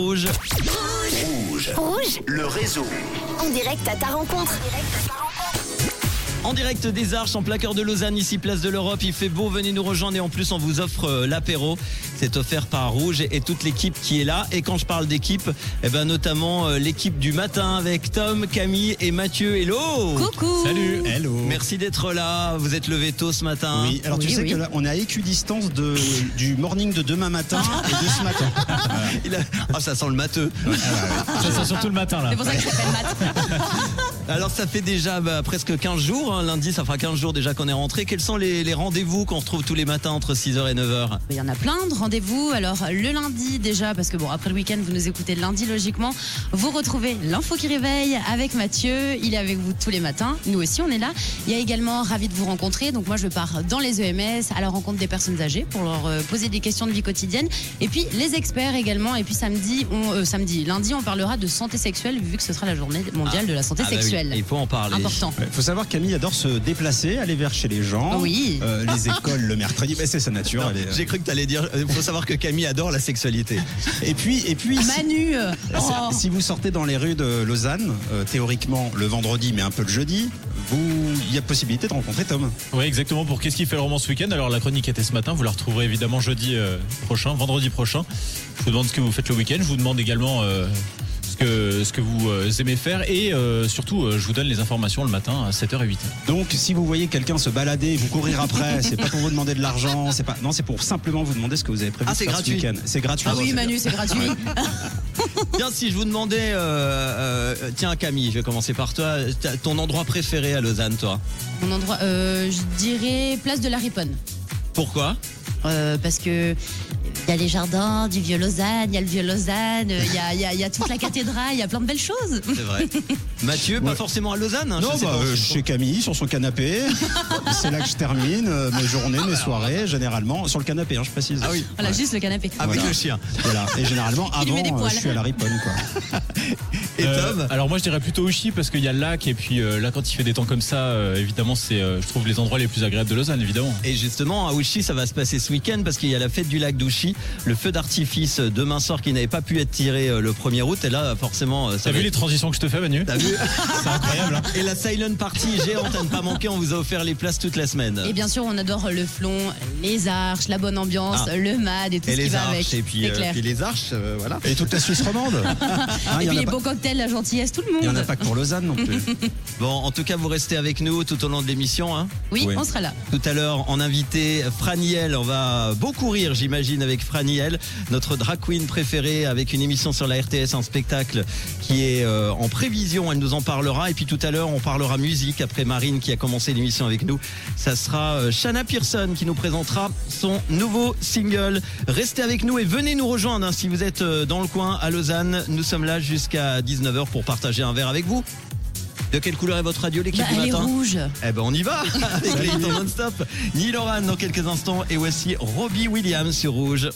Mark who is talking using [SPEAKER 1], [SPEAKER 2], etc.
[SPEAKER 1] Rouge.
[SPEAKER 2] Rouge.
[SPEAKER 3] Rouge,
[SPEAKER 2] Le réseau.
[SPEAKER 3] en direct à ta rencontre.
[SPEAKER 1] En direct des Arches, en placard de Lausanne, ici place de l'Europe. Il fait beau, venez nous rejoindre et en plus on vous offre euh, l'apéro. C'est offert par Rouge et, et toute l'équipe qui est là. Et quand je parle d'équipe, eh ben notamment euh, l'équipe du matin avec Tom, Camille et Mathieu. Hello
[SPEAKER 4] Coucou
[SPEAKER 5] Salut. Hello.
[SPEAKER 1] Merci d'être là. Vous êtes levé tôt ce matin.
[SPEAKER 5] Oui, alors tu
[SPEAKER 4] Oui,
[SPEAKER 5] sais
[SPEAKER 4] oui.
[SPEAKER 5] que là, on est à équidistance de, du morning de demain matin et de ce matin.
[SPEAKER 1] Il a- Ah, ça sent le matheux.
[SPEAKER 6] Ça sent surtout le matin là.
[SPEAKER 4] C'est pour ça que je t'appelle Matt.
[SPEAKER 1] Alors ça fait déjà bah, presque 15 jours. hein. Lundi, ça fera 15 jours déjà qu'on est rentré. Quels sont les, les rendez-vous qu'on retrouve tous les matins entre 6h et 9h
[SPEAKER 4] Il y en a plein de rendez-vous. Alors le lundi déjà, parce que bon, après le week-end, vous nous écoutez le lundi logiquement. Vous retrouvez l'info qui réveille avec Mathieu. Il est avec vous tous les matins. Nous aussi, on est là. Il y a également ravi de vous rencontrer. Donc moi, je pars dans les EMS à la rencontre des personnes âgées pour leur euh, poser des questions de vie quotidienne. Et puis les experts également. Et puis samedi, on, euh, samedi, lundi, on parlera de santé sexuelle vu que ce sera la journée mondiale de la santé
[SPEAKER 1] Ah, bah oui,
[SPEAKER 4] sexuelle.
[SPEAKER 1] Il faut en parler.
[SPEAKER 4] Important.
[SPEAKER 5] Il faut savoir que Camille adore se déplacer, aller vers chez les gens,
[SPEAKER 4] Oui.
[SPEAKER 5] euh, les écoles le mercredi, mais c'est sa nature.
[SPEAKER 1] Non,
[SPEAKER 5] elle est- euh,
[SPEAKER 1] J'ai cru que t'allais dire. Il faut savoir que Camille adore la sexualité.
[SPEAKER 5] Et puis, et puis si,
[SPEAKER 4] Manu. euh,
[SPEAKER 5] Ah,
[SPEAKER 4] oh.
[SPEAKER 5] si vous sortez dans les rues de Lausanne, euh, théoriquement le vendredi, mais un peu le jeudi, vous, il y a possibilité de rencontrer Tom.
[SPEAKER 6] Oui, exactement. Pour qu'est-ce qui fait le roman ce week-end Alors la chronique était ce matin. Vous la retrouverez évidemment jeudi euh, prochain, vendredi prochain. Je vous demande ce que vous faites le week-end. Je vous demande également euh, ce que ce que vous euh, aimez faire et euh, surtout, euh, je vous donne les informations le matin à 7h et 8h.
[SPEAKER 5] Donc, si vous voyez quelqu'un se balader, et vous courir après, c'est pas pour vous demander de l'argent, c'est pas, non, c'est pour simplement vous demander ce que vous avez prévu
[SPEAKER 1] Ah,
[SPEAKER 5] de
[SPEAKER 1] c'est
[SPEAKER 5] faire
[SPEAKER 1] gratuit.
[SPEAKER 5] ce week-end. C'est gratuit.
[SPEAKER 4] Ah oui, Manu, c'est gratuit.
[SPEAKER 1] Tiens, si je vous demandais, euh, euh, tiens Camille, je vais commencer par toi. T'as- Ton endroit préféré à Lausanne, toi
[SPEAKER 4] Mon endroit, euh, je dirais place de la Riponne.
[SPEAKER 1] Pourquoi
[SPEAKER 4] Euh, parce que il y a les jardins du vieux Lausanne, il y a le vieux Lausanne, il y a, il y a- il y a toute la cathédrale, il y a plein de belles choses.
[SPEAKER 1] C'est vrai. Mathieu, pas forcément à Lausanne. hein,
[SPEAKER 5] Non,
[SPEAKER 1] je sais
[SPEAKER 5] bah,
[SPEAKER 1] pas.
[SPEAKER 5] euh, chez Camille, sur son canapé. c'est là que je termine euh, mes journées, mes soirées, généralement. Sur le canapé, hein, je précise.
[SPEAKER 1] Ah oui.
[SPEAKER 4] Voilà, juste le canapé.
[SPEAKER 1] Avec
[SPEAKER 5] voilà.
[SPEAKER 1] le chien.
[SPEAKER 5] Voilà. Et généralement,
[SPEAKER 4] Il lui
[SPEAKER 5] avant,
[SPEAKER 4] met des
[SPEAKER 5] euh,
[SPEAKER 4] poils.
[SPEAKER 5] je suis à la riponne, quoi.
[SPEAKER 1] Et
[SPEAKER 6] Euh,
[SPEAKER 1] Tom
[SPEAKER 6] Alors moi je dirais plutôt Uchi parce qu'il y a le lac et puis euh, là quand il fait des temps comme ça, euh, évidemment c'est euh, je trouve les endroits les plus agréables de Lausanne évidemment.
[SPEAKER 1] Et justement, à Ouchy, ça va se passer ce week-end parce qu'il y a la fête du lac d'Ouchy, le feu d'artifice euh, demain soir qui n'avait pas pu être tiré euh, le 1er août. Et là, forcément, euh, ça
[SPEAKER 6] T'as
[SPEAKER 1] va
[SPEAKER 6] vu
[SPEAKER 1] être-
[SPEAKER 6] les transitions que je te fais Manu
[SPEAKER 1] T'as vu
[SPEAKER 6] C'est incroyable. hein.
[SPEAKER 1] Et la silent party géante à ne pas manquer, on vous a offert les places toute la semaine.
[SPEAKER 4] Et bien sûr, on adore le flon, les arches, la bonne ambiance,
[SPEAKER 1] Ah.
[SPEAKER 4] le MAD et tout
[SPEAKER 1] Et
[SPEAKER 4] ce qui
[SPEAKER 1] les
[SPEAKER 4] va avec.
[SPEAKER 1] arches, et puis,
[SPEAKER 4] C'est
[SPEAKER 1] euh,
[SPEAKER 4] clair.
[SPEAKER 1] puis les arches, euh, voilà.
[SPEAKER 5] Et toute la Suisse romande. Hein,
[SPEAKER 4] Et
[SPEAKER 5] Il
[SPEAKER 4] puis
[SPEAKER 5] n'y
[SPEAKER 4] les
[SPEAKER 5] en, a
[SPEAKER 4] beaux
[SPEAKER 5] pas-
[SPEAKER 4] cocktails, la gentillesse, tout le
[SPEAKER 5] il y en a
[SPEAKER 4] monde.
[SPEAKER 5] pas que pour Lausanne non plus.
[SPEAKER 1] Bon, en tout cas, vous restez avec nous tout au long de l'émission. hein.
[SPEAKER 4] Oui,
[SPEAKER 5] Oui.
[SPEAKER 4] on sera là.
[SPEAKER 1] Tout à l'heure, en invité, Franiel. On va beaucoup rire, j'imagine, avec Franiel, notre drag queen préférée, avec une émission sur la RTS, un spectacle qui est euh, en prévision. Elle nous en parlera. Et puis tout à l'heure, on parlera musique après Marine qui a commencé l'émission avec nous. Ça sera euh, Shanna Pearson qui nous présentera son nouveau single. Restez avec nous et venez nous rejoindre hein, si vous êtes euh, dans le coin à Lausanne. Nous sommes là jusqu'à 19h pour partager un verre avec vous. De quelle couleur est votre radio, l'équipe
[SPEAKER 4] Bah,
[SPEAKER 1] du
[SPEAKER 4] elle est
[SPEAKER 1] matin
[SPEAKER 4] rouge.
[SPEAKER 1] eh ben on y va avec les hits en non-stop. Neil Oran dans quelques instants et voici Robbie Williams sur Rouge.